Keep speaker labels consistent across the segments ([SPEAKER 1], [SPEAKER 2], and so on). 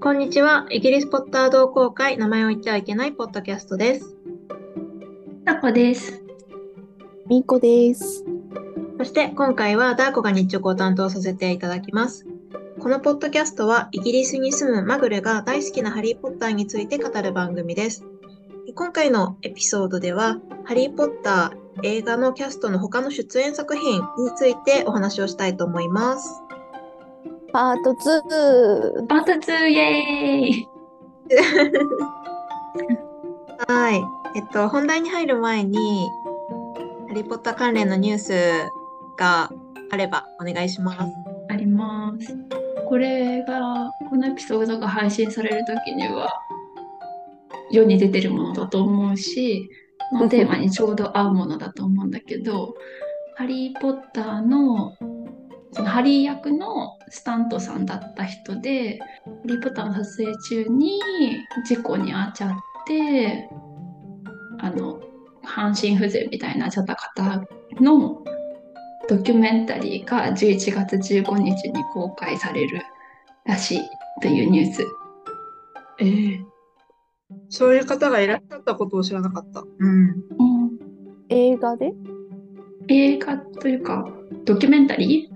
[SPEAKER 1] こんにちは。イギリスポッター同好会、名前を言ってはいけないポッドキャストです。
[SPEAKER 2] タコです。
[SPEAKER 3] みーこです。
[SPEAKER 1] そして今回はダーコが日直を担当させていただきます。このポッドキャストはイギリスに住むマグレが大好きなハリー・ポッターについて語る番組です。今回のエピソードでは、ハリー・ポッター映画のキャストの他の出演作品についてお話をしたいと思います。
[SPEAKER 3] パート2。
[SPEAKER 2] パート2イエーイ
[SPEAKER 1] はい。えっと、本題に入る前に、ハリー・ポッター関連のニュースがあればお願いします。
[SPEAKER 2] あります。これが、このエピソードが配信される時には、世に出てるものだと思うし、このテーマにちょうど合うものだと思うんだけど、ハリー・ポッターの、そのハリー役のスタントさんだった人で、ハリー・ポッターの撮影中に事故に遭っちゃって、あの、半身不全みたいになっちゃった方のドキュメンタリーが11月15日に公開されるらしいというニュース。
[SPEAKER 1] ええそういう方がいらっしゃったことを知らなかった。うん。
[SPEAKER 3] 映画で
[SPEAKER 2] 映画というかドキュメンタリ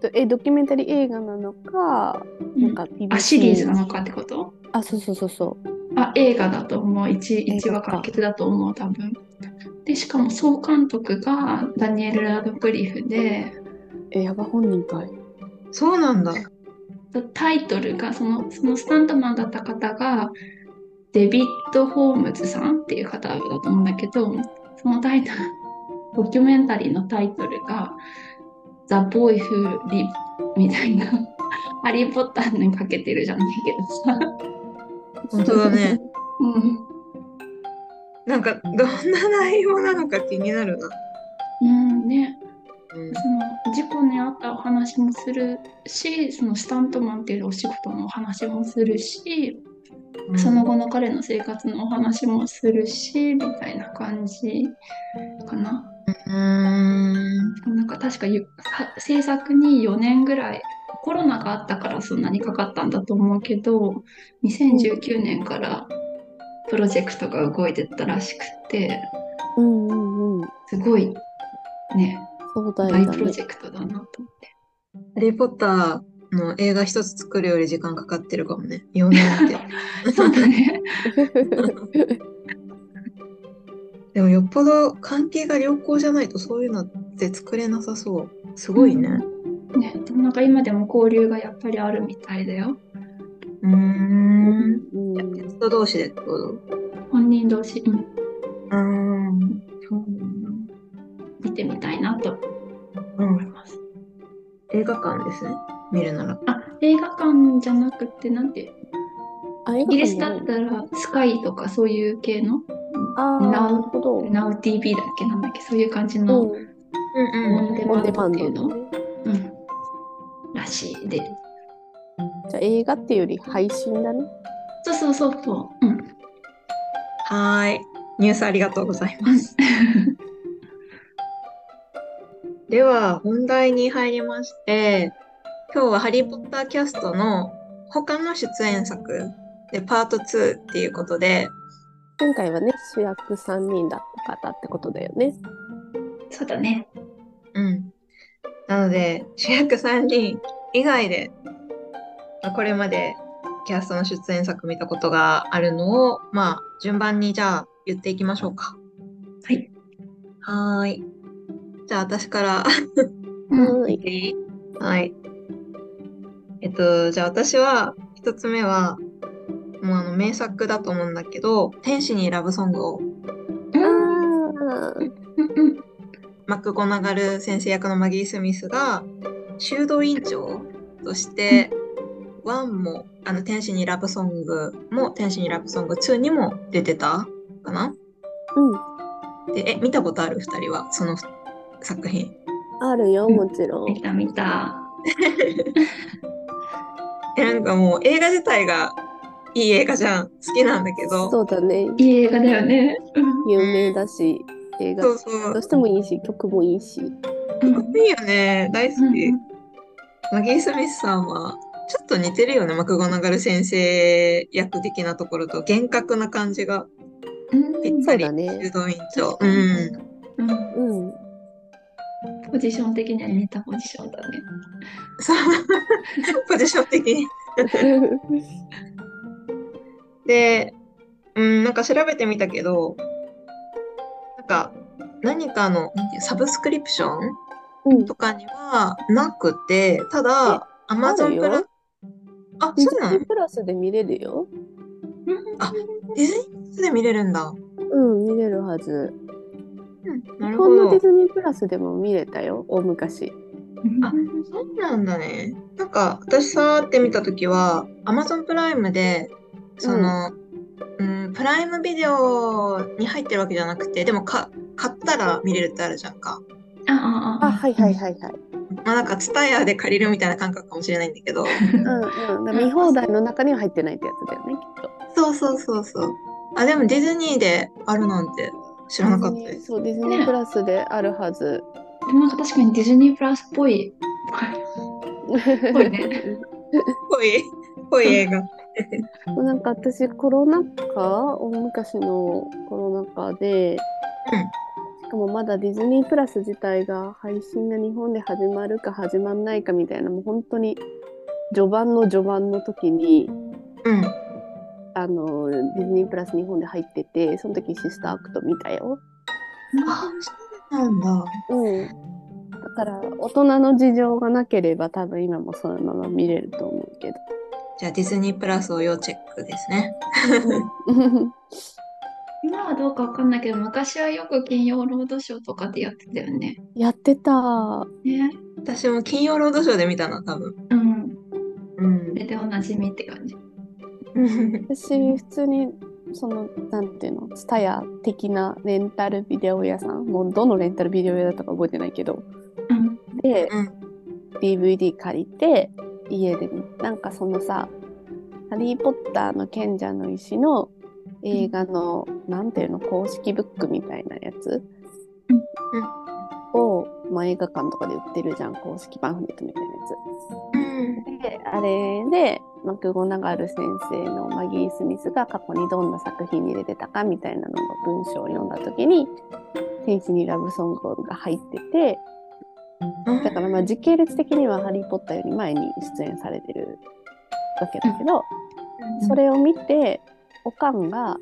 [SPEAKER 3] どえ、ドキュメンタリー映画なのか、
[SPEAKER 2] ー
[SPEAKER 3] なんか BBC
[SPEAKER 2] あシリーズなのかってこと
[SPEAKER 3] あ、そうそうそうそ
[SPEAKER 2] あ映画だと思う 1,
[SPEAKER 3] 映
[SPEAKER 2] 1
[SPEAKER 3] 画
[SPEAKER 2] 話
[SPEAKER 3] か
[SPEAKER 2] 完結だと思う多分。でしかも総監督がダニエル・ラドクリフで
[SPEAKER 3] う。え、やば本人かい。
[SPEAKER 1] そうなんだ。
[SPEAKER 2] タイトルがそのそのスタントマンだった方がデビッド・ホームズさんっていう方だと思うんだけどそのタイトルドキュメンタリーのタイトルが「ザ・ボーイ・フー・リブ」みたいな「ハリー・ポッター」にかけてるじゃないけどさ、
[SPEAKER 1] 本当だね。
[SPEAKER 2] うん
[SPEAKER 1] なんか、どんな内容なのか気になるな。
[SPEAKER 2] うんね、
[SPEAKER 1] うん
[SPEAKER 2] その事故に遭ったお話もするしそのスタントマンっていうお仕事のお話もするしその後の彼の生活のお話もするし、みたいな感じかな。
[SPEAKER 1] うーん。
[SPEAKER 2] なんか確かゆさ制作に4年ぐらい、コロナがあったからそんなにかかったんだと思うけど、2019年からプロジェクトが動いてったらしくて、
[SPEAKER 3] うんうんうん。
[SPEAKER 2] すごいね、
[SPEAKER 3] そうだ
[SPEAKER 2] 大
[SPEAKER 3] よ
[SPEAKER 2] プロ
[SPEAKER 3] ね。
[SPEAKER 2] ジェクトだなと思って。
[SPEAKER 1] ハリー・ポッターの映画一つ作るより時間かかってるかもね。4年 って。
[SPEAKER 2] そうだね。
[SPEAKER 1] でもよっぽど関係が良好じゃないとそういうのって作れなさそう。すごいね。
[SPEAKER 2] ね、でもなんか今でも交流がやっぱりあるみたいだよ。
[SPEAKER 1] うーん。
[SPEAKER 3] うん
[SPEAKER 1] 鉄道同士でってことう
[SPEAKER 2] 本人同士、うん、
[SPEAKER 1] ーん。そうなんだ
[SPEAKER 2] 見てみたいなと
[SPEAKER 1] う
[SPEAKER 2] 思い
[SPEAKER 1] ん。
[SPEAKER 2] ます。
[SPEAKER 1] 映画館ですね。見るなら。
[SPEAKER 2] あ、映画館じゃなくて、なんて、
[SPEAKER 3] あ、映
[SPEAKER 2] イギリ
[SPEAKER 3] 館
[SPEAKER 2] ス
[SPEAKER 3] じゃ
[SPEAKER 2] だ
[SPEAKER 3] な
[SPEAKER 2] っ
[SPEAKER 3] い
[SPEAKER 2] たら、スカイとかそういう系の、
[SPEAKER 3] あー、なるほど。
[SPEAKER 2] NowTV だっけなんだっけ、そういう感じの、
[SPEAKER 3] う
[SPEAKER 1] うん
[SPEAKER 2] オンデ
[SPEAKER 3] ん。オ
[SPEAKER 2] マ
[SPEAKER 3] ンデ
[SPEAKER 2] ンド
[SPEAKER 3] マ
[SPEAKER 2] っ
[SPEAKER 3] ン
[SPEAKER 2] ていう
[SPEAKER 3] ド
[SPEAKER 2] の、
[SPEAKER 3] のね。
[SPEAKER 2] うん、らしいで。
[SPEAKER 3] じゃあ映画っていうより配信だね。
[SPEAKER 2] そうそうそうそう、うん。
[SPEAKER 1] はーい。ニュースありがとうございます。では、本題に入りまして、今日はハリー・ポッターキャストの他の出演作でパート2っていうことで、
[SPEAKER 3] 今回はね、主役3人だった方ってことだよね。
[SPEAKER 2] そうだね。
[SPEAKER 1] うん。なので、主役3人以外で、まあこれまでキャストの出演作見たことがあるのを、まあ、順番にじゃあ言っていきましょうか。
[SPEAKER 2] はい。
[SPEAKER 1] はーい。じゃあ私から
[SPEAKER 2] うん。
[SPEAKER 3] はい。
[SPEAKER 1] はい。えっと、じゃあ私は、一つ目は、もうあの名作だと思うんだけど、天使にラブソングを、
[SPEAKER 2] う
[SPEAKER 3] あ
[SPEAKER 2] ん
[SPEAKER 3] ー
[SPEAKER 2] うん
[SPEAKER 1] マクゴナガル先生役のマギー・スミスが、修道院長として、ワンも、あの、天使にラブソングも、天使にラブソング2にも出てたかな
[SPEAKER 3] うん。
[SPEAKER 1] で、え、見たことある二人は、その作品。
[SPEAKER 3] あるよ、
[SPEAKER 2] うん
[SPEAKER 3] もちろん。
[SPEAKER 2] 見た見た。
[SPEAKER 1] え、なんかもう映画自体がいい映画じゃん。好きなんだけど。
[SPEAKER 3] そうだね。
[SPEAKER 2] いい映画だよね。うん
[SPEAKER 3] 有名だし、映画
[SPEAKER 1] そうそう
[SPEAKER 3] としてもいいし、曲もいいし。
[SPEAKER 2] うん
[SPEAKER 1] いいよね、大好き。
[SPEAKER 2] うん
[SPEAKER 1] マギー・スミスさんはちょっと似てるよね、マクゴナガル先生役的なところと、厳格な感じが
[SPEAKER 2] うん
[SPEAKER 1] ぴったり、
[SPEAKER 3] そうだね
[SPEAKER 1] 修道院
[SPEAKER 2] 確
[SPEAKER 1] 長。
[SPEAKER 2] か
[SPEAKER 1] う
[SPEAKER 2] に
[SPEAKER 1] ん。
[SPEAKER 2] うん
[SPEAKER 3] うん。
[SPEAKER 2] ポジション的には似たポジションだね。
[SPEAKER 1] そう、ポジション的に。で、うん、なんか調べてみたけど、なんか、何かの、なんていうサブスクリプション
[SPEAKER 3] うん
[SPEAKER 1] とかにはなくて、ただ、アマゾ
[SPEAKER 3] ある
[SPEAKER 1] ン
[SPEAKER 3] よ
[SPEAKER 1] プラあ、
[SPEAKER 3] ディ
[SPEAKER 1] そうな
[SPEAKER 3] ズ
[SPEAKER 1] の
[SPEAKER 3] ニープラスで見れるよ。
[SPEAKER 1] あディズニープラスで見れるんだ。
[SPEAKER 3] うん、見れるはず。
[SPEAKER 1] うん、なる
[SPEAKER 3] こ
[SPEAKER 1] ほ
[SPEAKER 3] んなディ
[SPEAKER 1] ど。
[SPEAKER 3] ズニープラスでも見れたよ、大昔。
[SPEAKER 1] あそうなんだね。なんか、私さーって見たときは、Amazon プライムで、その、うん、プライムビデオに入ってるわけじゃなくて、でもか、買ったら見れるってあるじゃんか。
[SPEAKER 2] あああ
[SPEAKER 3] あ、はい はいはいはい。
[SPEAKER 1] まあなんか、ツタヤで借りるみたいな感覚かもしれないんだ けど、
[SPEAKER 3] うんうん。だから見放題の中には入ってないってやつだよね、きっと。
[SPEAKER 1] そうそうそうそう。あ、でもディズニーであるなんて知らなかった
[SPEAKER 3] デ
[SPEAKER 1] で
[SPEAKER 3] ィズニー
[SPEAKER 1] す。
[SPEAKER 3] そう、ディズニープラスであるはず。
[SPEAKER 2] でもなんか確かにディズニープラスっぽい。ごいね
[SPEAKER 1] ぽい、ぽい映画。
[SPEAKER 3] なんか私コロナ禍大昔のコロナ禍で、しかもまだディズニープラス自体が配信が日本で始まるか始まんないかみたいなもう本当に序盤の序盤の時に
[SPEAKER 1] うん。
[SPEAKER 3] あのディズニープラス日本で入っててその時シスターアクト見たよ。
[SPEAKER 1] あ、そうなんだ。
[SPEAKER 3] うん、だから大人の事情がなければ多分今もそのまま見れると思うけど。
[SPEAKER 1] じゃあ、ディズニープラスを要チェックですね。
[SPEAKER 2] 今はどうかわかんないけど、昔はよく金曜ロードショーとかでやってたよね。
[SPEAKER 3] やってた。
[SPEAKER 2] ね。
[SPEAKER 1] 私も金曜ロードショーで見たな、多分。
[SPEAKER 2] うん。
[SPEAKER 1] うん
[SPEAKER 2] それでおなじみって感じ。
[SPEAKER 1] うん
[SPEAKER 3] 私普通にそのなんていうのツタヤ的なレンタルビデオ屋さんもうどのレンタルビデオ屋だったか覚えてないけど
[SPEAKER 2] うん。
[SPEAKER 3] で
[SPEAKER 1] うん
[SPEAKER 3] DVD 借りて家で見なんかそのさ「ハリー・ポッターの賢者の石」の映画の、なんていうの公式ブックみたいなやつ、
[SPEAKER 2] うん
[SPEAKER 3] を、まあ、映画館とかで売ってるじゃん公式パンフレットみたいなやつ。
[SPEAKER 1] うん
[SPEAKER 3] であれでマクゴナガル先生のマギー・スミスが過去にどんな作品に出てたかみたいなのの文章を読んだ時に「天使にラブソング」が入っててだからまあ時系列的には「ハリー・ポッター」より前に出演されてるわけだけど、それを見ておかんが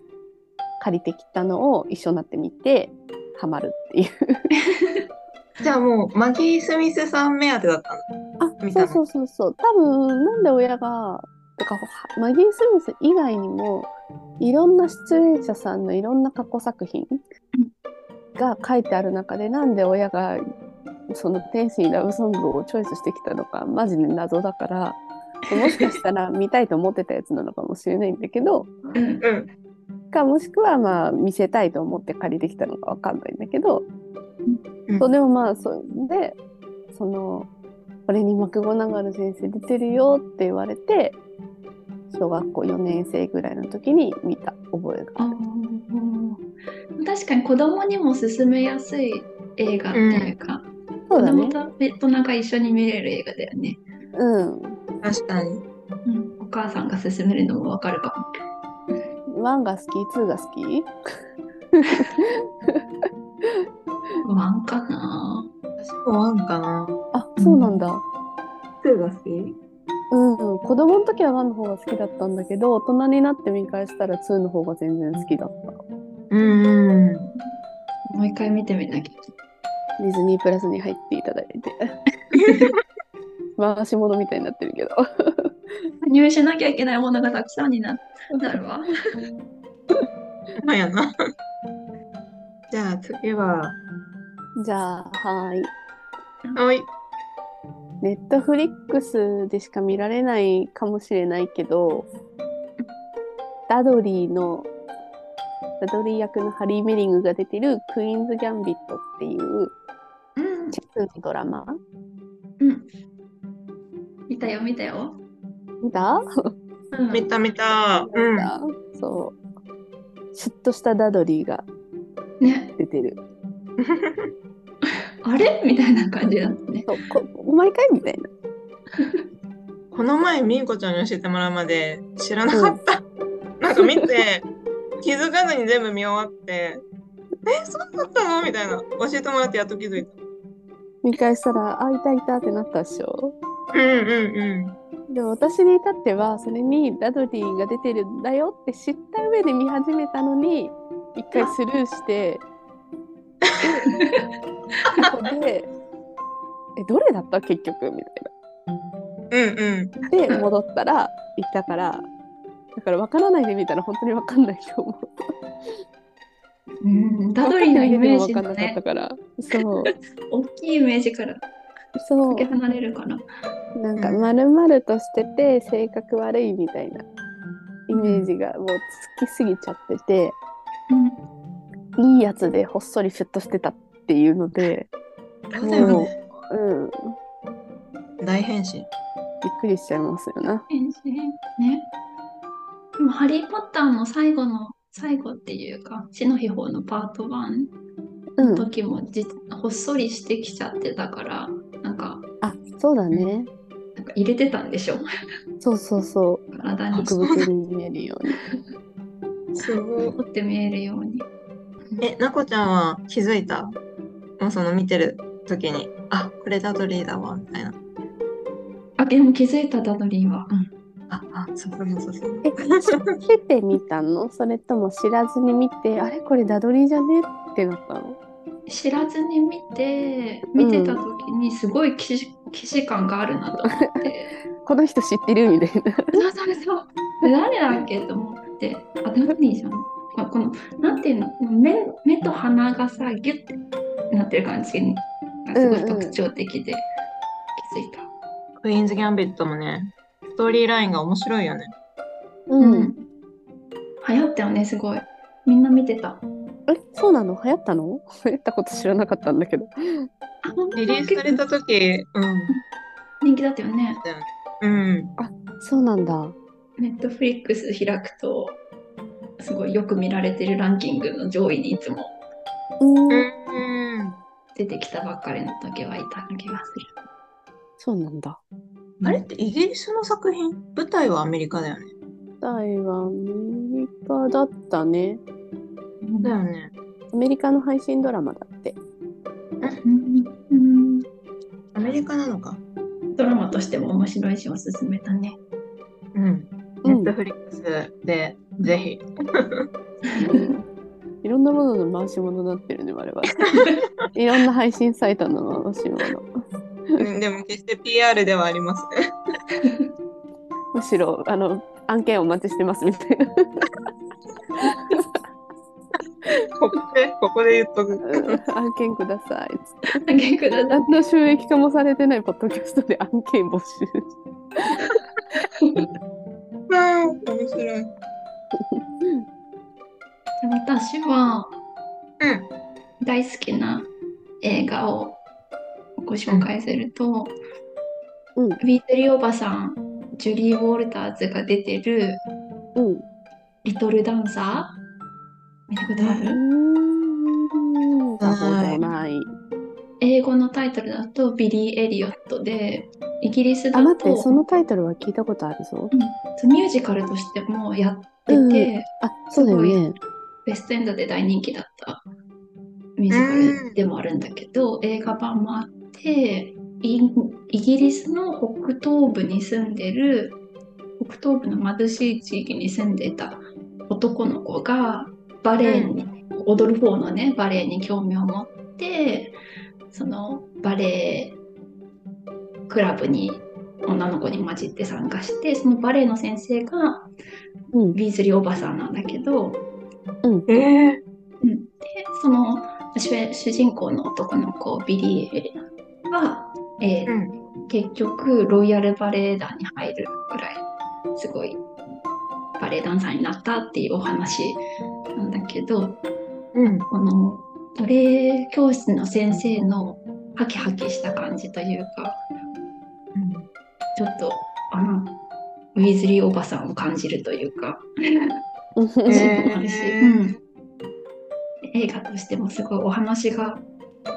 [SPEAKER 3] 借りてきたのを一緒になって見てハマるっていう。
[SPEAKER 1] じゃあもうマギー・スミスさん目当てだったの。
[SPEAKER 3] あ
[SPEAKER 1] みたいう
[SPEAKER 3] そ
[SPEAKER 1] な
[SPEAKER 3] そうそうそう多分なんで親がとかはマギー・スミス以外にもいろんな出演者さんのいろんな過去作品が書いてある中でなんで親がその「天使にラブソング」をチョイスしてきたのかマジで謎だからもしかしたら見たいと思ってたやつなのかもしれないんだけど
[SPEAKER 2] うん。
[SPEAKER 1] うん。
[SPEAKER 3] かもしくはまあ見せたいと思って借りてきたのかわかんないんだけど、
[SPEAKER 1] うん
[SPEAKER 3] そうでもまあそれでその「これにマクゴナガル先生出てるよ」って言われて小学校4年生ぐらいの時に見た覚えが
[SPEAKER 2] あー確かに子供にも勧めやすい映画っていうか、
[SPEAKER 3] そう
[SPEAKER 2] 子
[SPEAKER 3] だ
[SPEAKER 2] 供
[SPEAKER 3] ね
[SPEAKER 2] と大人が一緒に見れる映画だよね。
[SPEAKER 3] うん
[SPEAKER 1] 確かに。
[SPEAKER 2] うん、お母さんが勧めるのもわかるか
[SPEAKER 3] 1が好き2が好き
[SPEAKER 2] も。ワンかな。
[SPEAKER 1] 私もワンかな。
[SPEAKER 3] あそうなんだ
[SPEAKER 1] ツーが好き
[SPEAKER 3] うん子供の時は1の方が好きだったんだけど大人になって見返したら2の方が全然好きだった
[SPEAKER 1] うん。
[SPEAKER 2] もう一回見てみなきゃ。
[SPEAKER 3] ディズニープラスに入っていただいて 回し物みたいになってるけど
[SPEAKER 2] 加入しなきゃいけないものがたくさんにななるわ。
[SPEAKER 1] まあや な。じゃあ次は。
[SPEAKER 3] じゃあはい
[SPEAKER 1] はい。
[SPEAKER 3] ネットフリックスでしか見られないかもしれないけどダドリーのダドリー役のハリー・メリングが出てる「クイーンズ・ギャンビット」っていう
[SPEAKER 2] うん。
[SPEAKER 3] チェスのドラマ
[SPEAKER 2] うん。見たよ、見たよ。
[SPEAKER 3] 見た、
[SPEAKER 2] うん、
[SPEAKER 1] 見た見た。うん。
[SPEAKER 3] そうシュッとしたダドリーが
[SPEAKER 2] ね、
[SPEAKER 3] 出てる
[SPEAKER 2] あれみたいな感じだったね。
[SPEAKER 3] そうこ毎回みたいな
[SPEAKER 1] この前、みゆこちゃんに教えてもらうまで知らなかった。 なんか見て、気づかずに全部見終わって、え、そうだったのみたいな。教えてもらってやっと気づいた。
[SPEAKER 3] 見返したら、あ、いたいたってなったでしょ。
[SPEAKER 1] うんうんうん。
[SPEAKER 3] でも私に至っては、それにラドリーが出てるんだよって知った上で見始めたのに、一回スルーして、そこで、え、どれだった結局みたいな。
[SPEAKER 1] うんうん。
[SPEAKER 3] で戻ったら行ったからだから分からないで見たら本当に分かんないと 思
[SPEAKER 2] う
[SPEAKER 3] う。
[SPEAKER 2] ん、ダドリーのイメージ
[SPEAKER 3] 分か
[SPEAKER 2] の
[SPEAKER 3] んなかっ
[SPEAKER 2] ね
[SPEAKER 3] た、から。 そう
[SPEAKER 2] 大きいイメージからか
[SPEAKER 3] そ
[SPEAKER 2] け離れるかな。
[SPEAKER 3] うなんかまるまるとしてて性格悪いみたいなイメージがもうつきすぎちゃってて
[SPEAKER 2] うん、
[SPEAKER 3] いいやつでほっそりシュッとしてたっていうので
[SPEAKER 1] そうだよ
[SPEAKER 3] も
[SPEAKER 1] ね。
[SPEAKER 3] う、うん、びっ
[SPEAKER 1] 大変身。
[SPEAKER 3] くりしちゃいますよな。
[SPEAKER 2] 変身ね。でも、ハリー・ポッターの最後の、最後っていうか、死の秘宝のパート1
[SPEAKER 3] う
[SPEAKER 2] の
[SPEAKER 3] ん、
[SPEAKER 2] 時もじ、ほっそりしてきちゃってたから、なんか、
[SPEAKER 3] あそうだね
[SPEAKER 2] なんか入れてたんでしょ、
[SPEAKER 3] そうそうそう
[SPEAKER 2] 体に。
[SPEAKER 3] 博物に見えるように。
[SPEAKER 1] すごい。
[SPEAKER 2] 凝って見えるように。
[SPEAKER 1] え、なこちゃんは気づいたもうその見てる時に、あ、これダドリーだわ、みたいな。
[SPEAKER 2] あ、でも気づいた、ダドリーは。うん
[SPEAKER 1] あ、あ、そうそうそうそう。
[SPEAKER 3] え、知ってて見たの それとも知らずに見て、あれこれダドリーじゃねってなったの
[SPEAKER 2] 知らずに見て、見てた時に、すごい既視既視感があるなと思 って。
[SPEAKER 3] この人知ってるみたいな。
[SPEAKER 2] そうそうそう。誰だっけと思って、あ、ダルニーじゃん。まあ、この、なんていうの、目目と鼻がさ、ギュッてなってる感じがすごい特徴的で、気づいた。
[SPEAKER 1] クイーンズ・ギャンビットもね、ストーリーラインが面白いよね。
[SPEAKER 3] う
[SPEAKER 2] うん。流行ったよね、すごい。みんな見てた。
[SPEAKER 3] え、そうなの流行ったの流行ったこと知らなかったんだけど。
[SPEAKER 2] あ、本当
[SPEAKER 1] リリースされた時、うん。
[SPEAKER 2] 人気だったよね。
[SPEAKER 1] うん。
[SPEAKER 3] そうなんだ。
[SPEAKER 2] ネットフリックス開くと、すごいよく見られてるランキングの上位にいつも
[SPEAKER 3] うん
[SPEAKER 1] うん。
[SPEAKER 2] 出てきたばっかりの時はいた気がする。
[SPEAKER 3] そうなんだ。
[SPEAKER 1] あれってイギリスの作品舞台はアメリカだよね。
[SPEAKER 3] 台はアメリカだったね。
[SPEAKER 1] だよね。
[SPEAKER 3] アメリカの配信ドラマだって。
[SPEAKER 2] うんうん
[SPEAKER 1] アメリカなのか。
[SPEAKER 2] ドラマとしても面白いしおすすめだ ね。
[SPEAKER 1] うん。
[SPEAKER 3] う
[SPEAKER 1] ネ
[SPEAKER 3] ん
[SPEAKER 1] ットフリックスで、ぜひ。
[SPEAKER 3] いろんなものの回し物になってるね、我 々。いろんな配信サイトの回し物。
[SPEAKER 1] うんでも決して PR ではありますね。
[SPEAKER 3] むしろ、あの、案件お待ちしてますみたいな。
[SPEAKER 1] ここで、ここで言っとく。
[SPEAKER 3] うん案件ください。
[SPEAKER 2] 案件ください。
[SPEAKER 3] 何の収益化もされてないポッドキャストで案件募集。
[SPEAKER 1] うん、面白い。
[SPEAKER 2] 私は
[SPEAKER 1] うん。
[SPEAKER 2] 大好きな映画をご紹介すると、
[SPEAKER 3] うん
[SPEAKER 2] ウィーズリーおばさん、ジュリー・ウォルターズが出てる
[SPEAKER 3] うん。
[SPEAKER 2] リトルダンサー見たことある、
[SPEAKER 3] うん。なるほ
[SPEAKER 1] はい
[SPEAKER 3] どない。
[SPEAKER 2] 英語のタイトルだとビリー・エリオットで、イギリス
[SPEAKER 3] あ、
[SPEAKER 2] だ
[SPEAKER 3] 待っ
[SPEAKER 2] と
[SPEAKER 3] て、そのタイトルは聞いたことあるぞ。
[SPEAKER 2] ミュージカルとしてもやってて、
[SPEAKER 3] うんあ、そうだよね。
[SPEAKER 2] ベストエンドで大人気だったミュージカルでもあるんだけど、映画版もあってイイギリスの北東部に住んでる北東部の貧しい地域に住んでいた男の子がバレエに、踊る方のねバレエに興味を持ってそのバレエクラブに女の子に混じって参加してそのバレエの先生が
[SPEAKER 3] うん。
[SPEAKER 2] ビーズリーおばさんなんだけど
[SPEAKER 1] ええ
[SPEAKER 2] うんでその主主人公の男の子ビリー・エリアは、えー
[SPEAKER 1] うん。
[SPEAKER 2] 結局ロイヤルバレエ団に入るぐらいすごいバレエダンサーになったっていうお話なんだけど
[SPEAKER 1] うん。
[SPEAKER 2] このバレエ教室の先生のハキハキした感じというかちょっとあのウィズリーおばさんを感じるというか。
[SPEAKER 1] え
[SPEAKER 2] そ
[SPEAKER 1] ー
[SPEAKER 2] ういうのもあるし、うん、映画としてもすごいお話が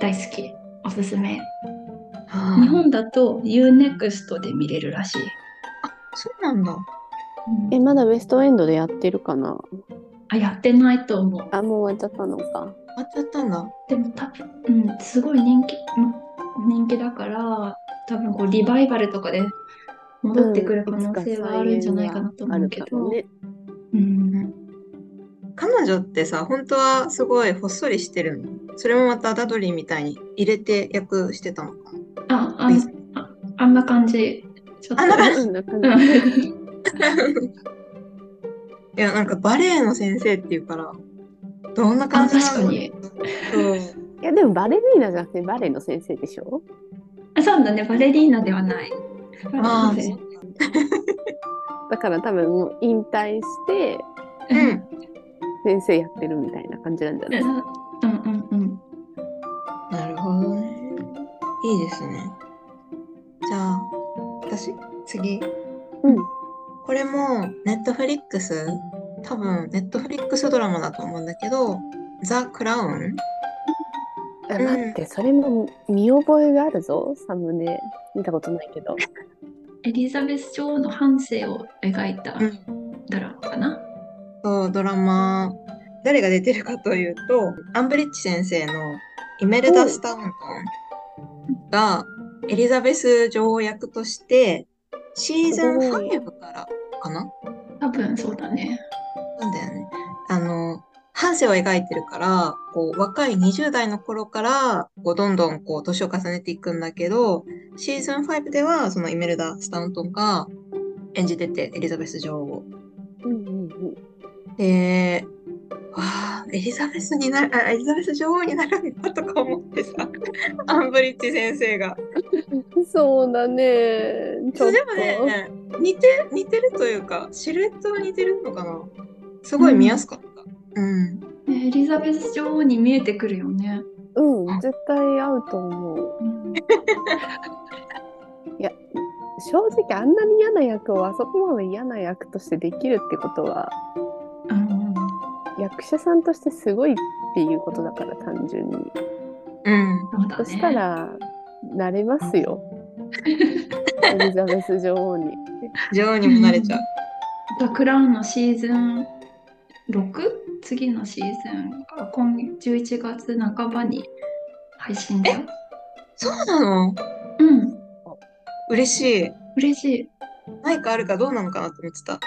[SPEAKER 2] 大好きおすすめ日
[SPEAKER 1] 日
[SPEAKER 2] 本だと UNEXT で見れるらしい
[SPEAKER 1] そうなんだ。
[SPEAKER 2] うん
[SPEAKER 3] え、まだウエストエンドでやってるかな
[SPEAKER 2] あ、やってないと思う。
[SPEAKER 3] あ、もう終わっちゃったのか。
[SPEAKER 1] 終わっちゃったんだ。
[SPEAKER 2] でも多分、うん、すごい人気、うん人気だから、多分こうリバイバルとかで戻ってくる可能性はあるんじゃないかなと思うけ
[SPEAKER 3] いつか再
[SPEAKER 2] ど。
[SPEAKER 3] 演があるか
[SPEAKER 2] うん、
[SPEAKER 1] 彼女ってさ、本当はすごいほっそりしてるの。それもまたダドリーみたいに入れて役してたのかな。
[SPEAKER 2] あ、あん、ああんな感じ。ちょっと。
[SPEAKER 1] あんな
[SPEAKER 3] も
[SPEAKER 1] 感
[SPEAKER 3] ね。うん、なか
[SPEAKER 2] う
[SPEAKER 3] なか。
[SPEAKER 2] ん
[SPEAKER 1] いや、なんかバレエの先生っていうから、どんな感じなの
[SPEAKER 2] あ確かに。
[SPEAKER 1] そう
[SPEAKER 3] いや、でもバレリーナじゃなくてバレエの先生でしょ
[SPEAKER 2] あそうだね、バレリーナではない。
[SPEAKER 1] あ
[SPEAKER 2] バレ
[SPEAKER 1] ー
[SPEAKER 2] リー
[SPEAKER 1] そ
[SPEAKER 2] ナ
[SPEAKER 1] う
[SPEAKER 3] だから多分もう引退して
[SPEAKER 1] う
[SPEAKER 2] で
[SPEAKER 1] ん。
[SPEAKER 3] 先生やってるみたいな感じなんじゃない
[SPEAKER 2] うんうんうんうん。
[SPEAKER 1] なるほどね。いいですね。じゃあ、私、次。
[SPEAKER 3] うん。
[SPEAKER 1] これも、ネットフリックス、多分、ネットフリックスドラマだと思うんだけど、ザ・クラウン
[SPEAKER 3] あ待って、それも見覚えがあるぞ、サムネ。見たことないけど。
[SPEAKER 2] エリザベス女王の半生を描いたドラマかな。
[SPEAKER 1] とドラマ、誰が出てるかというと、アンブリッジ先生のイメルダ・スタウントンが、エリザベス女王役として、シーズン
[SPEAKER 3] すごい
[SPEAKER 1] 5からかな
[SPEAKER 2] 多分そうだね。
[SPEAKER 1] なんだよね。あの、半生を描いてるから、こう、若い20代の頃から、こう、どんどん、こう、年を重ねていくんだけど、シーズン5では、そのイメルダ・スタウントンが演じてて、エリザベス女王を。
[SPEAKER 3] うんうんうん。
[SPEAKER 1] で、わあ、エリザベスになる、あエリザベス女王になるんだとか思ってさ、 アンブリッジ先生が。
[SPEAKER 3] そうだね。ちょ
[SPEAKER 1] そう
[SPEAKER 3] っ
[SPEAKER 1] でも
[SPEAKER 3] と。
[SPEAKER 1] ね、似て、似てるというか、シルエットは似てるのかな。すごい見やすかった。うん
[SPEAKER 2] ねエリザベス女王に見えてくるよね。
[SPEAKER 3] うん、絶対合うと思う。
[SPEAKER 2] うん
[SPEAKER 3] 正直あんなに嫌な役をあそこまで嫌な役としてできるってことは
[SPEAKER 2] うん
[SPEAKER 3] 役者さんとしてすごいっていうことだから単純に、
[SPEAKER 1] うん。
[SPEAKER 2] そうだ
[SPEAKER 3] そ
[SPEAKER 2] ね。
[SPEAKER 3] したらなれますよエリザベス女王に
[SPEAKER 1] 女王にもなれちゃう。
[SPEAKER 2] ザ・クラウンのシーズン 6? 次のシーズンが今11月半ばに配信だよ。
[SPEAKER 1] そうなの
[SPEAKER 2] うん、
[SPEAKER 1] 嬉しい。
[SPEAKER 2] 嬉しい。
[SPEAKER 1] 何かあるかどうなのかなと思ってた。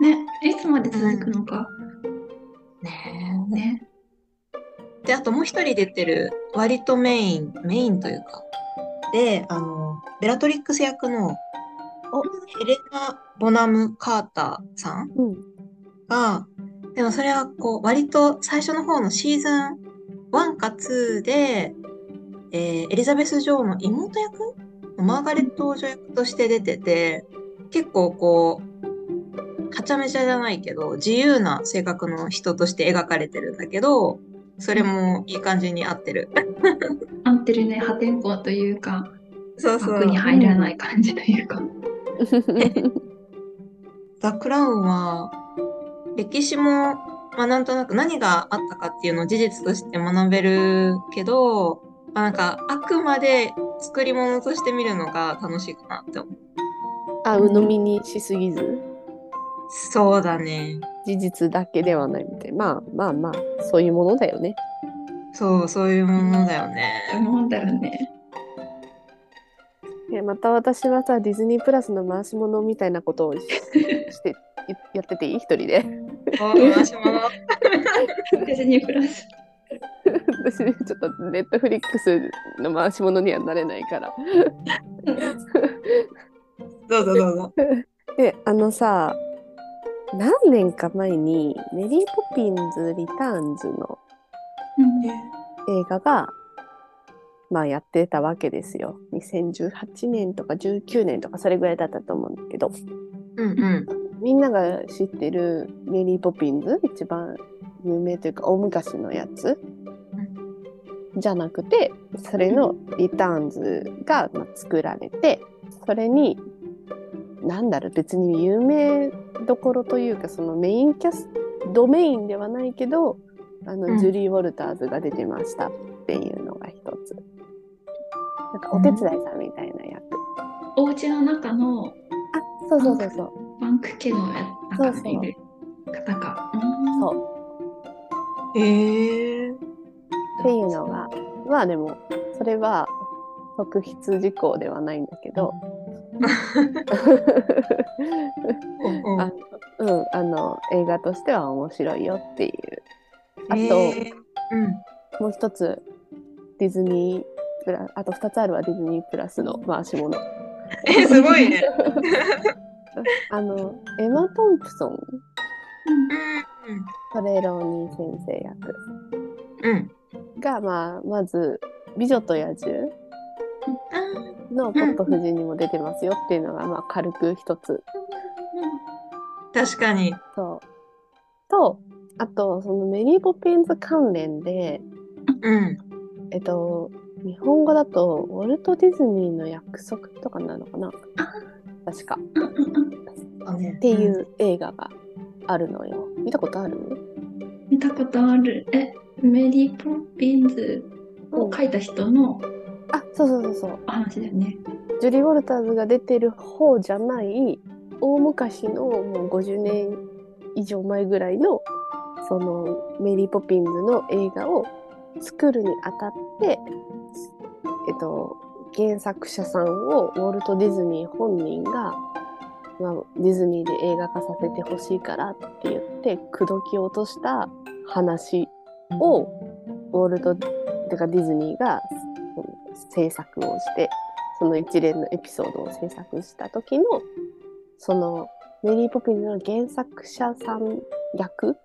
[SPEAKER 2] ね、いつまで続くのか。
[SPEAKER 1] ね
[SPEAKER 2] ね。
[SPEAKER 1] で、あともう一人出てる、割とメイン、メインというか。で、あの、ベラトリックス役の、おヘレナ・ボナム・カーターさん
[SPEAKER 3] うん
[SPEAKER 1] が、でもそれはこう、割と最初の方のシーズン1か2で、えーエリザベス女王の妹役マーガレット王女役として出てて、結構こう、はちゃめちゃじゃないけど、自由な性格の人として描かれてるんだけど、それもいい感じに合ってる。
[SPEAKER 2] 合ってるね、破天荒というか、
[SPEAKER 1] そうそう
[SPEAKER 2] 枠。に入らない感じというか。
[SPEAKER 1] ザ・クラウンは、歴史も、まあ、なんとなく何があったかっていうのを事実として学べるけど、まあ、なんか、あくまで作り物として見るのが楽しいかなって思う。
[SPEAKER 3] あ鵜呑みにしすぎず
[SPEAKER 1] そうだね。
[SPEAKER 3] 事実だけではないみたいまあまあまあそういうものだよね
[SPEAKER 1] そう、そういうものだよね。
[SPEAKER 2] 思うんだよね。
[SPEAKER 3] えまた私はさディズニープラスの回し物みたいなことをししてやってていい一人で
[SPEAKER 1] お回し物。
[SPEAKER 2] 別にプラス。
[SPEAKER 3] 私ねちょっとネットフリックスの回し物にはなれないから。
[SPEAKER 1] どうぞどうぞ。
[SPEAKER 3] であのさ何年か前に「メリー・ポピンズ・リターンズ」の映画が、まあ、やってたわけですよ。2018年とか19年とかそれぐらいだったと思うんだけど
[SPEAKER 1] うんうん。
[SPEAKER 3] みんなが知ってる「メリー・ポピンズ」一番有名というか大昔のやつじゃなくてそれのリターンズがまあ作られてそれに何だろう別に有名どころというかそのメインキャスドメインではないけどあの、
[SPEAKER 1] うん
[SPEAKER 3] ジュリー・ウォルターズが出てましたっていうのが一つなんかお手伝いさんみたいな役、
[SPEAKER 2] お家の中の
[SPEAKER 3] そうそうそうそう。
[SPEAKER 2] バンク系のやなん
[SPEAKER 3] そう
[SPEAKER 2] か
[SPEAKER 3] そう
[SPEAKER 2] いる方か。うん
[SPEAKER 3] そう
[SPEAKER 1] へえー。
[SPEAKER 3] っていうのがまあでもそれは特筆事項ではないんだけど
[SPEAKER 1] うん
[SPEAKER 3] あうんあの映画としては面白いよっていうあと、
[SPEAKER 1] えーうん。
[SPEAKER 3] もう一つディズニープラあと二つあるはディズニープラスの回し物
[SPEAKER 1] え、すごいね。
[SPEAKER 3] あのエマ・トンプソン
[SPEAKER 1] う
[SPEAKER 3] トレロニー先生役
[SPEAKER 1] ん。うん。
[SPEAKER 3] が、まあ、まず「美女と野獣
[SPEAKER 1] あ」
[SPEAKER 3] のポット夫人にも出てますよっていうのが、まあ、軽く一つ
[SPEAKER 1] ー確かに。
[SPEAKER 3] ととあとそのメリー・ポピンズ関連で
[SPEAKER 1] うん。
[SPEAKER 3] えっと日本語だとウォルト・ディズニーの約束とかなのかな確かっ
[SPEAKER 1] って
[SPEAKER 3] い。う映画があるのよ。見たことある
[SPEAKER 2] 見たことある。え、メリー・ポピンズを書いた人の
[SPEAKER 3] あそうそうそうそう。
[SPEAKER 2] 話だよね。
[SPEAKER 3] ジュリー・ウォルターズが出てる方じゃない大昔のもう50年以上前ぐらいのそのメリー・ポピンズの映画を作るにあたって、えっと、原作者さんをウォルト・ディズニー本人が、まあ、ディズニーで映画化させてほしいからって言って口説き落とした話をウォルトてかディズニーがその制作をしてその一連のエピソードを制作した時のそのメリー・ポピンズの原作者さん役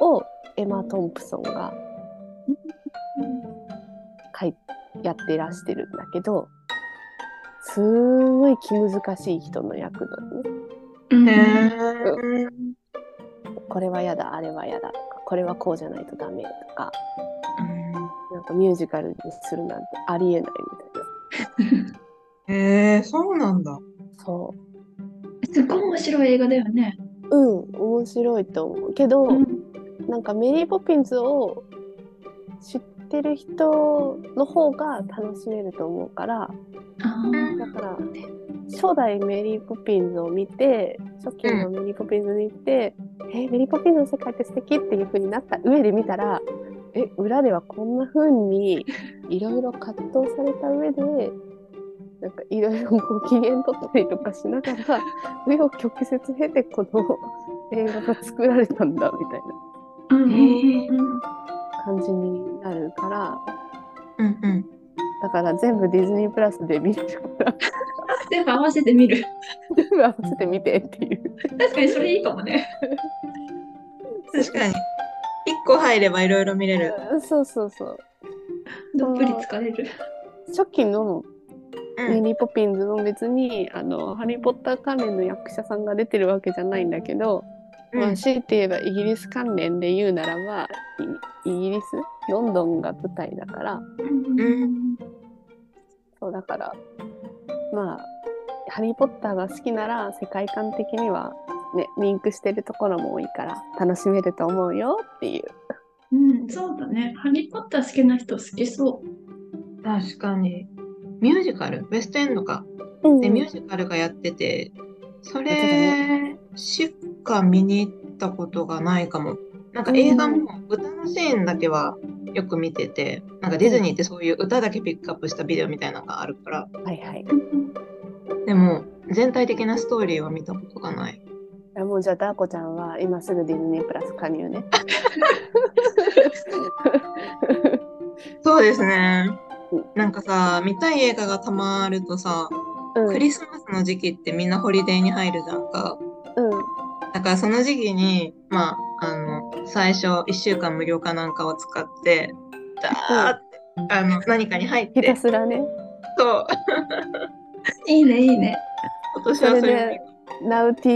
[SPEAKER 3] をエマ・トンプソンが書いやってらしてるんだけどすんごい気難しい人の役なのね。
[SPEAKER 2] うん
[SPEAKER 1] へ
[SPEAKER 2] うん
[SPEAKER 1] ー
[SPEAKER 3] これはやだあれはやだとかこれはこうじゃないとダメとかなんかミュージカルにするなんてありえないみたい
[SPEAKER 1] へーそうなんだ。
[SPEAKER 3] な。そう
[SPEAKER 2] すごい面白い映画だよね。
[SPEAKER 3] うん面白いと思うけど、
[SPEAKER 2] うん
[SPEAKER 3] なんかメリー・ポピンズを知ってる人の方が楽しめると思うから
[SPEAKER 2] あー
[SPEAKER 3] だから初代メリー・ポピンズを見て初期のメリー・ポピンズ見て「えメリー・ポピンズの世界って素敵っていう風になった上で見たらえ裏ではこんな風にいろいろ葛藤された上で。なんかいろいろご機嫌取ったりとかしながら上を曲折経てこの映画が作られたんだみたいな
[SPEAKER 2] うんうん
[SPEAKER 1] へー
[SPEAKER 2] うん
[SPEAKER 3] 感じになるから
[SPEAKER 1] うんうん。
[SPEAKER 3] だから全部ディズニープラスで見るから
[SPEAKER 2] 全部合わせてみる。
[SPEAKER 3] 全部合わせて見てっていう
[SPEAKER 2] 確かにそれいいかもね。
[SPEAKER 1] 確かに。一個入ればいろいろ見れる。
[SPEAKER 3] うんそうそうそう
[SPEAKER 2] どっぷり疲れる。
[SPEAKER 3] 初期の
[SPEAKER 1] う
[SPEAKER 3] メ
[SPEAKER 1] ん。
[SPEAKER 3] リー・ポピンズも別に、あのハリー・ポッター関連の役者さんが出てるわけじゃないんだけど、まあ、強いて言えばイギリス関連で言うならばイイギリスロンドンが舞台だから
[SPEAKER 2] うん
[SPEAKER 1] うん
[SPEAKER 3] そうだからまあ「ハリー・ポッター」が好きなら世界観的にはねリンクしてるところも多いから楽しめると思うよっていう
[SPEAKER 2] うん、そうだね。ハリー・ポッター好きな人好きそう。
[SPEAKER 1] 確かに。ミュージカル、ウェストエンドか。
[SPEAKER 3] うん
[SPEAKER 1] で、ミュージカルがやってて、そ
[SPEAKER 3] やってた
[SPEAKER 1] れしか見に行ったことがないかも。なんか映画も歌のシーンだけはよく見てて、なんかディズニーってそういう歌だけピックアップしたビデオみたいなのがあるから、
[SPEAKER 3] はいはい。
[SPEAKER 1] でも全体的なストーリーは見たことがない。
[SPEAKER 3] あもうじゃあ、ダーコちゃんは今すぐディズニープラス加入ね。
[SPEAKER 1] そうですね
[SPEAKER 3] うん。
[SPEAKER 1] なんかさ、見たい映画がたまるとさ、
[SPEAKER 3] うん、
[SPEAKER 1] クリスマスの時期ってみんなホリデーに入るじゃんか。
[SPEAKER 3] うん、
[SPEAKER 1] だからその時期に、まあ、あの、最初1週間無料かなんかを使って、ダーって、あの、何かに入っ
[SPEAKER 3] ひた
[SPEAKER 1] て、
[SPEAKER 3] すらね、
[SPEAKER 1] そう、
[SPEAKER 2] いいね、いいね。
[SPEAKER 1] 今年はそれ
[SPEAKER 3] それで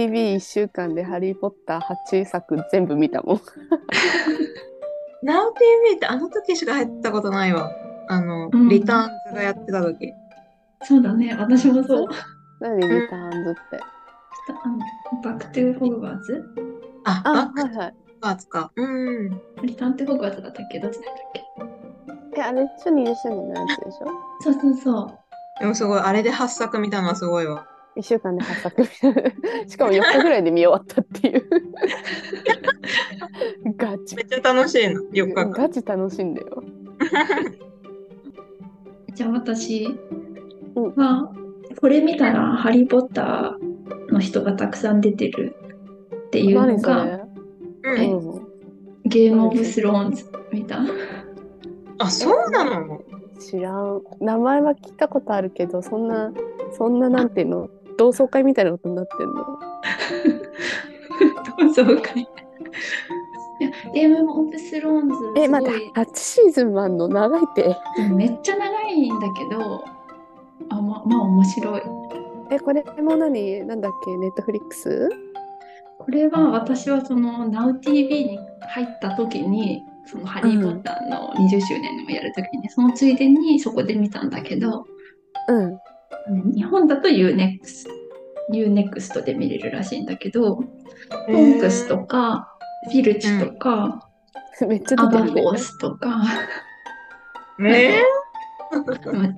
[SPEAKER 1] で
[SPEAKER 3] NowTV1 週間で「ハリー・ポッター」8作全部見たもん。
[SPEAKER 1] NowTV ってあの時しか入ったことないわ。あの、
[SPEAKER 2] うん
[SPEAKER 1] リターンズがやってた時。
[SPEAKER 2] そうだね。私もそう。
[SPEAKER 3] なんでリターンズって。
[SPEAKER 2] あのバック・トゥ・ホグワーツ
[SPEAKER 1] あ、バッ
[SPEAKER 3] あ、
[SPEAKER 1] ク
[SPEAKER 3] はいはい。
[SPEAKER 1] パーツか。うん。
[SPEAKER 2] リターンってホグワーツだったっけどっちだったっけ
[SPEAKER 3] え、あれ、ちょ、20周年のやつでしょ
[SPEAKER 2] そうそうそう。
[SPEAKER 1] でもすごい、あれで8作見たのはすごいわ。
[SPEAKER 3] 1週間で8作しかも4日ぐらいで見終わったっていう ガチ
[SPEAKER 1] めっちゃ楽しいの、4日間。
[SPEAKER 3] ガチ楽しいんだよ
[SPEAKER 2] じゃあ私
[SPEAKER 3] うん
[SPEAKER 2] は、これ見たら「ハリー・ポッター」の人がたくさん出てるっていうの
[SPEAKER 3] 何そ
[SPEAKER 2] が
[SPEAKER 3] れ
[SPEAKER 1] う
[SPEAKER 2] え
[SPEAKER 1] ん、
[SPEAKER 3] うん
[SPEAKER 2] ゲーム・オブ・スローンズ見た。
[SPEAKER 1] あ、そうなの
[SPEAKER 3] 知らん名前は聞いたことあるけどそんなそんななんていうの同窓会みたいなことになってんの
[SPEAKER 2] 同窓会。いやゲーム・オブ・スローンズ
[SPEAKER 3] え
[SPEAKER 2] す
[SPEAKER 3] 待
[SPEAKER 2] ご
[SPEAKER 3] っ
[SPEAKER 2] い
[SPEAKER 3] て8シーズンもあんの長いって
[SPEAKER 2] めっちゃ長いんだけどあままあ面白い。
[SPEAKER 3] えこれも何なんだっけネットフリックス
[SPEAKER 2] これは私はその NowTV に入った時に「そのハリー・ポッター」の20周年をやる時に、そのついでにそこで見たんだけど
[SPEAKER 3] うん
[SPEAKER 2] 日本だと UNEXT, UNEXT で見れるらしいんだけど
[SPEAKER 1] へー
[SPEAKER 2] トンクスとかフィルチとか、
[SPEAKER 3] めっちゃ
[SPEAKER 2] ア
[SPEAKER 3] 出て
[SPEAKER 2] バ
[SPEAKER 3] る
[SPEAKER 2] フ
[SPEAKER 3] ね
[SPEAKER 2] ォースとか、
[SPEAKER 1] ね
[SPEAKER 2] まあま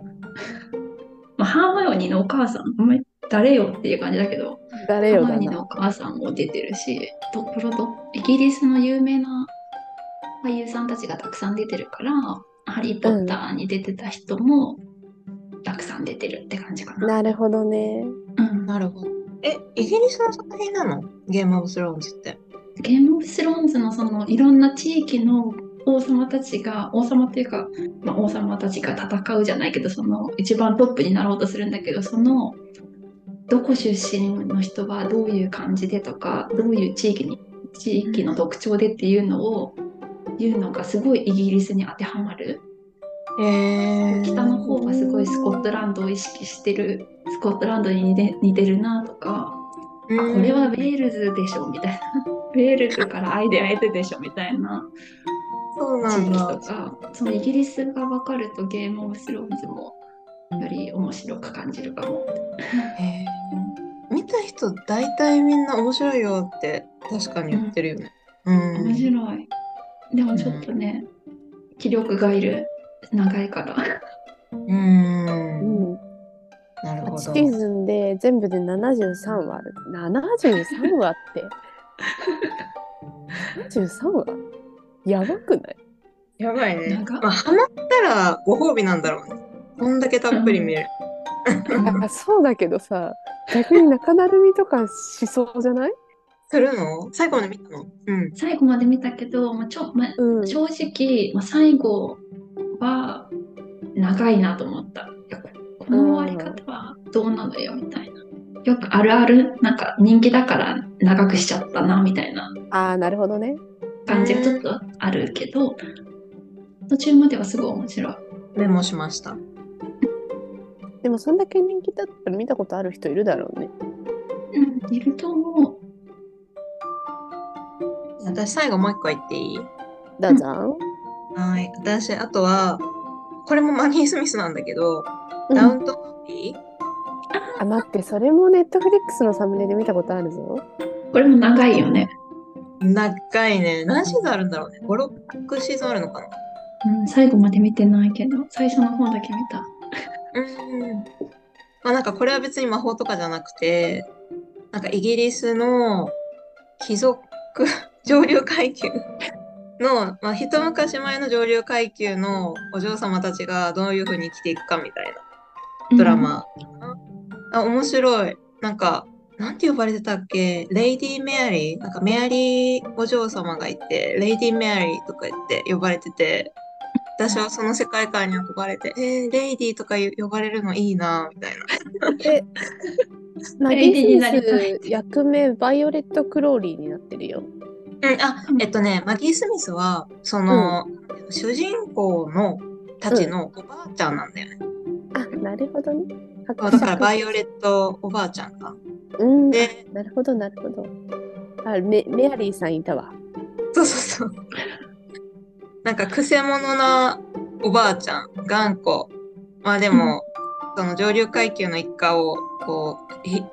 [SPEAKER 2] あ、ハーマヨニーのお母さんお前誰よっていう感じだけど
[SPEAKER 3] 誰
[SPEAKER 2] ハー
[SPEAKER 3] よ
[SPEAKER 2] マ
[SPEAKER 3] だ
[SPEAKER 2] ヨニーの
[SPEAKER 3] な
[SPEAKER 2] お母さんも出てるしところどイギリスの有名な俳優さんたちがたくさん出てるから「ハリー・ポッター」に出てた人もたくさん出てるって感じかな。
[SPEAKER 3] なるほどね
[SPEAKER 2] うん
[SPEAKER 1] なるほど。え、イギリスの作品なのゲームオブスローンズって。
[SPEAKER 2] ゲーム・オブ・スローンズのそのいろんな地域の王様たちが王様というか、まあ、王様たちが戦うじゃないけどその一番トップになろうとするんだけどそのどこ出身の人はどういう感じでとかどういう地域に地域の特徴でっていうのを言うのがすごいイギリスに当てはまる
[SPEAKER 1] へ
[SPEAKER 2] 北の方がすごいスコットランドを意識してるスコットランドに似て似てるなとか
[SPEAKER 1] こ
[SPEAKER 2] あこれはウェールズでしょみたいな ウェールズからアイデア得てでしょみたいな
[SPEAKER 1] そうな
[SPEAKER 2] 地
[SPEAKER 1] ん
[SPEAKER 2] 域
[SPEAKER 1] だ
[SPEAKER 2] と。かそのイギリスが分かるとゲームオブスローンズもより面白く感じるかも。
[SPEAKER 1] へー見た人大体みんな面白いよって確かに言ってるよね。うん。
[SPEAKER 2] 面白い。でもちょっとね、気力がいる長いから。
[SPEAKER 1] う。
[SPEAKER 3] うんん
[SPEAKER 1] なるほ
[SPEAKER 3] 8
[SPEAKER 1] ど。
[SPEAKER 3] シーズンで全部で73話ある73話って73話やばくない
[SPEAKER 1] やばいね。
[SPEAKER 2] 長っ
[SPEAKER 1] まあ、ハマったらご褒美なんだろうね。こんだけたっぷり見れる。
[SPEAKER 3] あそうだけどさ逆に中だるみとかしそうじゃない、
[SPEAKER 1] するの最後まで見たのうん。
[SPEAKER 2] 最後まで見たけど、まあ、ちょまあ
[SPEAKER 3] うん、
[SPEAKER 2] 正直、まあ、最後は長いなと思った。いやここの終わり方はどうなのよみたいな。よくあるある、なんか人気だから長くしちゃったなみたいな
[SPEAKER 3] ああなるほどね
[SPEAKER 2] 感じがちょっとあるけど、途中まではすごい面白い。
[SPEAKER 1] メモしました。
[SPEAKER 3] でもそんだけ人気だったら見たことある人いるだろうね
[SPEAKER 2] うん、いると思う。
[SPEAKER 1] 私、最後もう一個言っていい
[SPEAKER 3] ダジャン、
[SPEAKER 1] はい。私、あとは、これもマニー・スミスなんだけど、
[SPEAKER 3] うん
[SPEAKER 1] ダウントンビー
[SPEAKER 3] あ待ってそれもネットフリックスのサムネで見たことあるぞ
[SPEAKER 2] これも長いよね。
[SPEAKER 1] 長いね。何シーズンあるんだろうね。5、6シーズンあるのかな。
[SPEAKER 2] うん、最後まで見てないけど、最初の方だけ見た。
[SPEAKER 1] うん。まあなんかこれは別に魔法とかじゃなくて、なんかイギリスの貴族 上流階級の、まあ一昔前の上流階級のお嬢様たちがどういう風に生きていくかみたいなドラマ。あ、面白い。なんか、なんて呼ばれてたっけレイディー・メアリーなんかメアリーお嬢様がいて、レイディー・メアリーとか言って呼ばれてて、私はその世界観に憧れて、えー、レイディーとか呼ばれるのいいな、みたいな。
[SPEAKER 3] えマ
[SPEAKER 2] レイデ
[SPEAKER 3] ギ
[SPEAKER 2] ィーに
[SPEAKER 3] ー・
[SPEAKER 2] な
[SPEAKER 3] ス
[SPEAKER 2] りたい
[SPEAKER 3] ミス役名バイオレット・クローリーになってるよ
[SPEAKER 1] うん、あ、えっとね、マギー・スミスは、その、主人公のたちのおばあちゃんなんだよね。
[SPEAKER 3] あなるほどね
[SPEAKER 1] そうだから、バイオ
[SPEAKER 3] レ
[SPEAKER 1] レットおばあちゃんか。
[SPEAKER 3] うん
[SPEAKER 1] で、
[SPEAKER 3] なるほどなるほどあメメアリーさんいたわ
[SPEAKER 1] そうそうそう。なんか、くせ者なおばあちゃん、頑固。まあでも、その上流階級の一家を、こう、ひ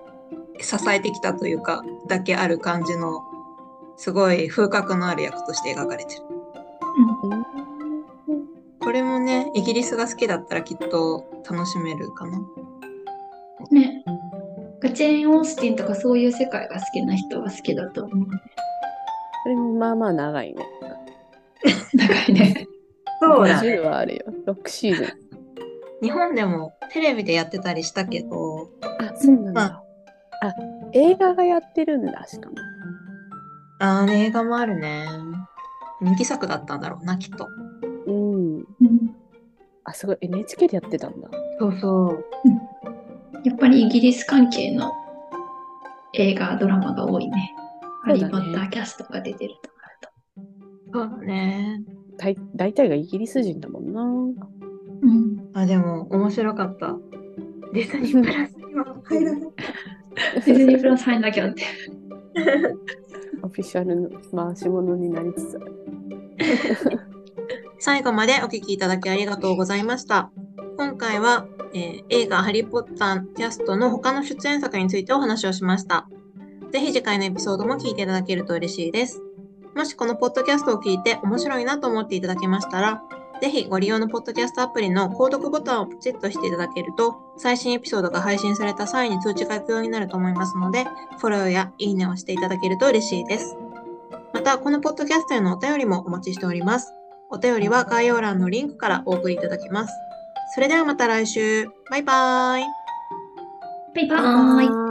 [SPEAKER 1] 支えてきたというか、だけある感じの、すごい風格のある役として描かれてる。
[SPEAKER 3] うん
[SPEAKER 1] これもね、イギリスが好きだったらきっと楽しめるかな。
[SPEAKER 2] うん、ね。がジェーン・オースティンとかそういう世界が好きな人は好きだと思う。
[SPEAKER 3] それもまあまあ長いね。
[SPEAKER 2] 長いね。
[SPEAKER 1] そうだね。
[SPEAKER 3] 50はあるよ。6シーズン。
[SPEAKER 1] 日本でもテレビでやってたりしたけど、
[SPEAKER 3] あ、そうなん
[SPEAKER 1] だ。
[SPEAKER 3] あ、映画がやってるんだ、しかも。
[SPEAKER 1] ああ、映画もあるね。人気作だったんだろうな、きっと。
[SPEAKER 3] うん。あ、すごい。NHK でやってたんだ。
[SPEAKER 1] そうそう。
[SPEAKER 2] やっぱりイギリス関係の映画、ドラマが多いね。ハ
[SPEAKER 3] そう
[SPEAKER 2] リ
[SPEAKER 3] だ
[SPEAKER 2] ー・ポ
[SPEAKER 3] ね
[SPEAKER 2] ッターキャストが出てるとかだと。
[SPEAKER 1] そうだね。
[SPEAKER 3] 大大体がイギリス人だもんな。
[SPEAKER 2] うん。
[SPEAKER 1] あ、でも面白かった。ディズニープラスには入らない。
[SPEAKER 2] ディズニープラス入んなきゃって。
[SPEAKER 3] オフィシャルの回し物になりつつある。
[SPEAKER 1] 最後までお聞きいただきありがとうございました。今回は、えー映画「ハリー・ポッター」キャストの他の出演作についてお話をしました。ぜひ次回のエピソードも聞いていただけると嬉しいです。もしこのポッドキャストを聞いて面白いなと思っていただけましたら、ぜひご利用のポッドキャストアプリの購読ボタンをポチッとしていただけると、最新エピソードが配信された際に通知が行くようになると思いますので、フォローやいいねをしていただけると嬉しいです。また、このポッドキャストへのお便りもお待ちしております。お便りは概要欄のリンクからお送りいただきます。それではまた来週。バイバイ。
[SPEAKER 2] バイバーイ。